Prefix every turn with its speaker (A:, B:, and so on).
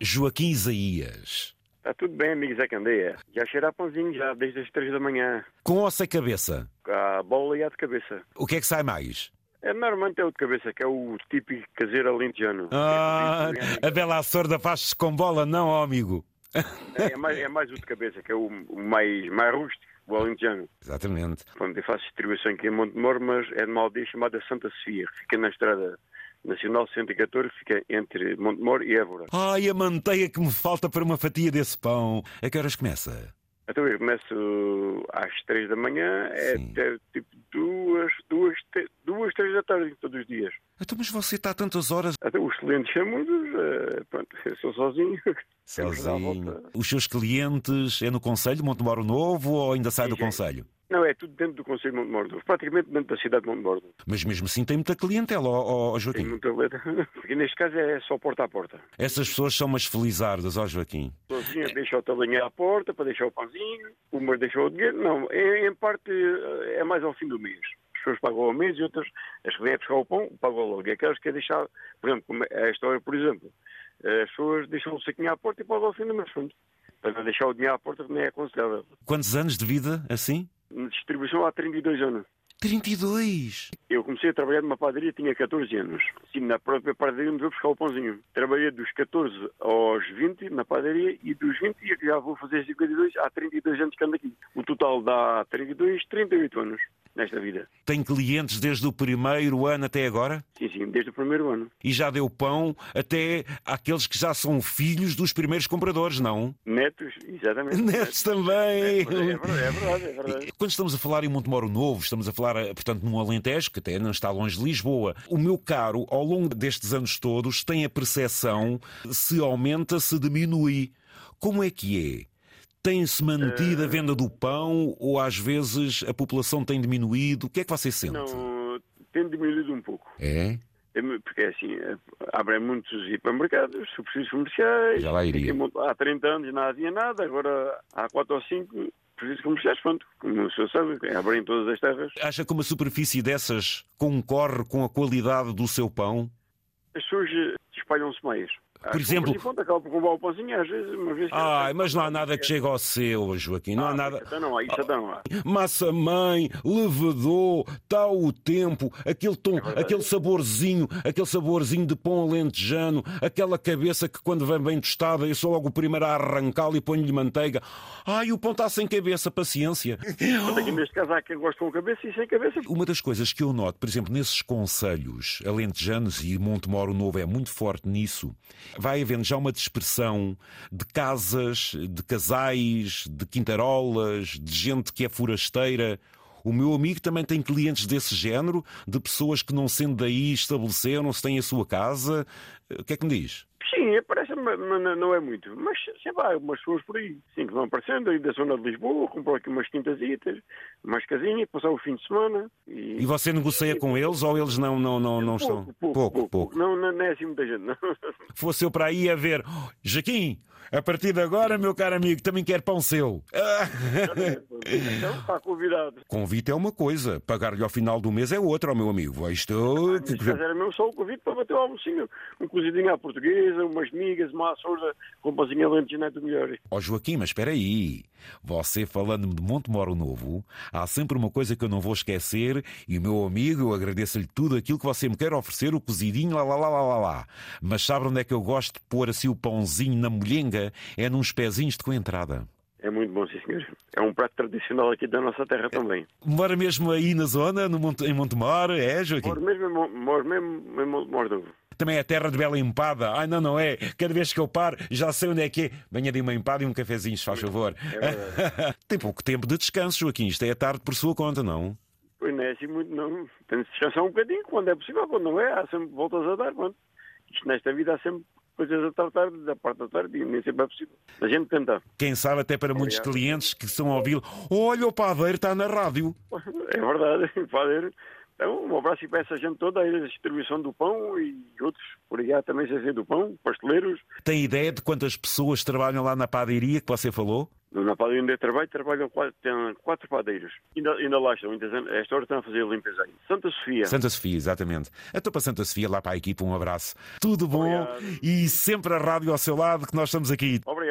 A: Joaquim Isaías.
B: Está Tá tudo bem, amigo Zé Candeia. Já cheira a pãozinho, já desde as três da manhã.
A: Com ou sem cabeça?
B: A bola e a de cabeça.
A: O que é que sai mais?
B: É, normalmente é o de cabeça, que é o típico caseiro alentejano.
A: Ah,
B: É típico,
A: a bela sorda faz-se com bola, não, ó amigo.
B: é, é mais, é mais o de cabeça, que é o, o mais, mais rústico, o alentejano.
A: Exatamente.
B: Pronto, eu faço distribuição aqui em Monte Moro, mas é numa aldeia chamada Santa Sofia, que fica na estrada nacional 114, que fica entre Monte Moro e Évora.
A: Ai, a manteiga que me falta para uma fatia desse pão. A que horas começa?
B: Então eu começo às três da manhã, é
A: Sim.
B: até tipo duas, duas, te- duas, três da tarde, todos os dias.
A: Então, mas você está há tantas horas
B: Até os clientes chamam-nos, eh, pronto, eu sou sozinho. Temos de dar a
A: sozinho.
B: volta.
A: Os seus clientes é no Conselho de Montemoro Novo ou ainda sai
B: Sim,
A: do
B: sim.
A: Conselho?
B: Não, é tudo dentro do Conselho de Monte Mordo, praticamente dentro da cidade de Monte Mordo.
A: Mas mesmo assim tem muita clientela, ó, ó,
B: Tem
A: Joaquim.
B: muita letra, porque neste caso é só porta a porta.
A: Essas pessoas são umas felizardas, ó Joaquim.
B: Sozinha deixa o talinho à porta para deixar o pãozinho, umas deixam o dinheiro. Não, em, em parte eh, é mais ao fim do mês. As pessoas pagam ao mês e outras, as que vêm buscar o pão, pagam logo. E aquelas que querem deixar, por exemplo, como é a história, por exemplo, eh, as pessoas deixam o saquinho à porta e pagam ao fim do mês. Pronto. Para não deixar o dinheiro à porta também é aconselhável.
A: Quantos anos de vida assim?
B: Na distribuição há 32 anos.
A: 32!
B: Eu comecei a trabalhar numa padaria, tinha 14 anos. Sim, na própria padaria onde vou buscar o pãozinho. Trabalhei dos 14 aos 20 na padaria e dos 20 e já vou fazer 52 há 32 anos que ando aqui. O total dá 32, 38 anos nesta vida.
A: Tem clientes desde o primeiro ano até agora?
B: Sim, sim, desde o primeiro ano.
A: E já deu pão até àqueles que já são filhos dos primeiros compradores, não?
B: Netos, exatamente.
A: Netos
B: É
A: também!
B: verdade, é verdade, é verdade.
A: Quando estamos a falar em Montemoro Novo, estamos a falar, eh, portanto, num Alentejo, que até não está longe de Lisboa. O meu caro, ao longo destes anos todos, tem a percepção se aumenta, se diminui. Como é que é? Tem-se
B: Eh.
A: mantido a venda do pão ou às vezes a população tem diminuído? O que é que você sente?
B: Não, tem diminuído um pouco.
A: É?
B: É mu- Porque é assim, é, abrem muitos hipermercados, superfícies comerciais.
A: Já lá iria.
B: Aqui mu- Há 30 anos não havia nada, agora há 4 ou 5 superfícies comerciais, pronto. Como o senhor sabe, abrem todas as terras.
A: Acha que uma superfície dessas concorre com a qualidade do seu pão?
B: As pessoas eh, espalham-se mais. Há
A: Por
B: as
A: exemplo-
B: compras e pronto, acabam por comprar o pãozinho, às vezes, uma vez...
A: Ai, mas não há nada que chegue ao seu, Joaquim. Não há
B: Ah,
A: nada. Ah,
B: Isso até não há, isso até não há.
A: Massa mãe, levedor, está o tempo, aquele tom,
B: verdade.
A: aquele saborzinho, aquele saborzinho de pão alentejano, aquela cabeça que quando vem bem tostada eu sou logo o primeiro a arrancá-la e ponho-lhe manteiga. Ai, o pão está sem cabeça, paciência.
B: Portanto, aqui neste caso há quem gosta com cabeça e sem cabeça.
A: Uma das coisas que eu noto, por exemplo, nesses conselhos alentejanos, e Montemoro Novo é muito forte nisso, vai havendo já uma dispersão de casas, de casais, de quintarolas, de gente que é forasteira. O meu amigo também tem clientes desse género, de pessoas que não sendo daí estabeleceram-se, têm a sua casa. O que é que me diz?
B: Sim, aparece, mas não- não é muito. Mas sempre há umas pessoas por aí. Sim, que vão aparecendo aí da zona de Lisboa, compram aqui umas quintasitas, umas casinhas, passar o fim de semana.
A: E
B: E,
A: você negocia com eles ou eles não, não, não, não estão?
B: pouco, pouco, pouco, Não, não, não é assim muita gente, não.
A: fosse eu para aí a ver, "Oh, Jaquim, a partir de agora, meu caro amigo, também quero pão seu. Ah!
B: então está convidado.
A: Convite é uma coisa, pagar-lhe ao final do mês é outra, ó meu amigo. Isto.
B: Mas era mesmo só o convite para bater o almocinho. Um cozidinho à portuguesa, umas migas, uma açorda, com pazinha lente de do melhor.
A: Ó Joaquim, mas espera aí. Você falando-me de Montemoro Novo, há sempre uma coisa que eu não vou esquecer e, meu amigo, eu agradeço-lhe tudo aquilo que você me quer oferecer, o cozidinho, lá, lá, lá, lá, lá, lá. Mas sabe onde é que eu gosto de pôr assim o pãozinho na molhenga? É nos pezinhos de coentrada.
B: É muito bom, sim, senhor. É um prato tradicional aqui da nossa terra também.
A: Mora mesmo aí na zona, no Monte, em Montemor, é, Joaquim?
B: Moro mesmo, em Mon- moro mesmo, em Monte Mordovo.
A: Também é a terra de bela empada. Ai, não, não é. Cada vez que eu paro, já sei onde é que é. Venha de uma empada e um cafezinho, se faz
B: É
A: favor. Tem pouco tempo de descanso, Joaquim. Isto é a tarde por sua conta, não?
B: Pois não é assim muito, não. Tem de descansar um bocadinho, quando é possível, quando não é, há sempre voltas a dar, pronto. Isto nesta vida há sempre coisas a tratar da parte da tarde e nem sempre é possível. A gente tenta.
A: Quem sabe até para muitos
B: Obrigado.
A: clientes que estão a ouvi-lo. Olha, o padeiro está na rádio.
B: É verdade, fazer. Então, um abraço e para essa gente toda, a distribuição do pão e outros por aí há também sem do pão, pasteleiros.
A: Tem ideia de quantas pessoas trabalham lá na padaria que você falou?
B: Na padaria onde eu trabalho, trabalham quatro, tem quatro padeiros. Ainda, ainda lá estão, ainda, a esta hora estão a fazer a limpeza aí. Santa Sofia.
A: Santa Sofia, exatamente. Então para Santa Sofia, lá para a equipa, um abraço. Tudo bom
B: Obrigado.
A: e sempre a rádio ao seu lado que nós estamos aqui.
B: Obrigado.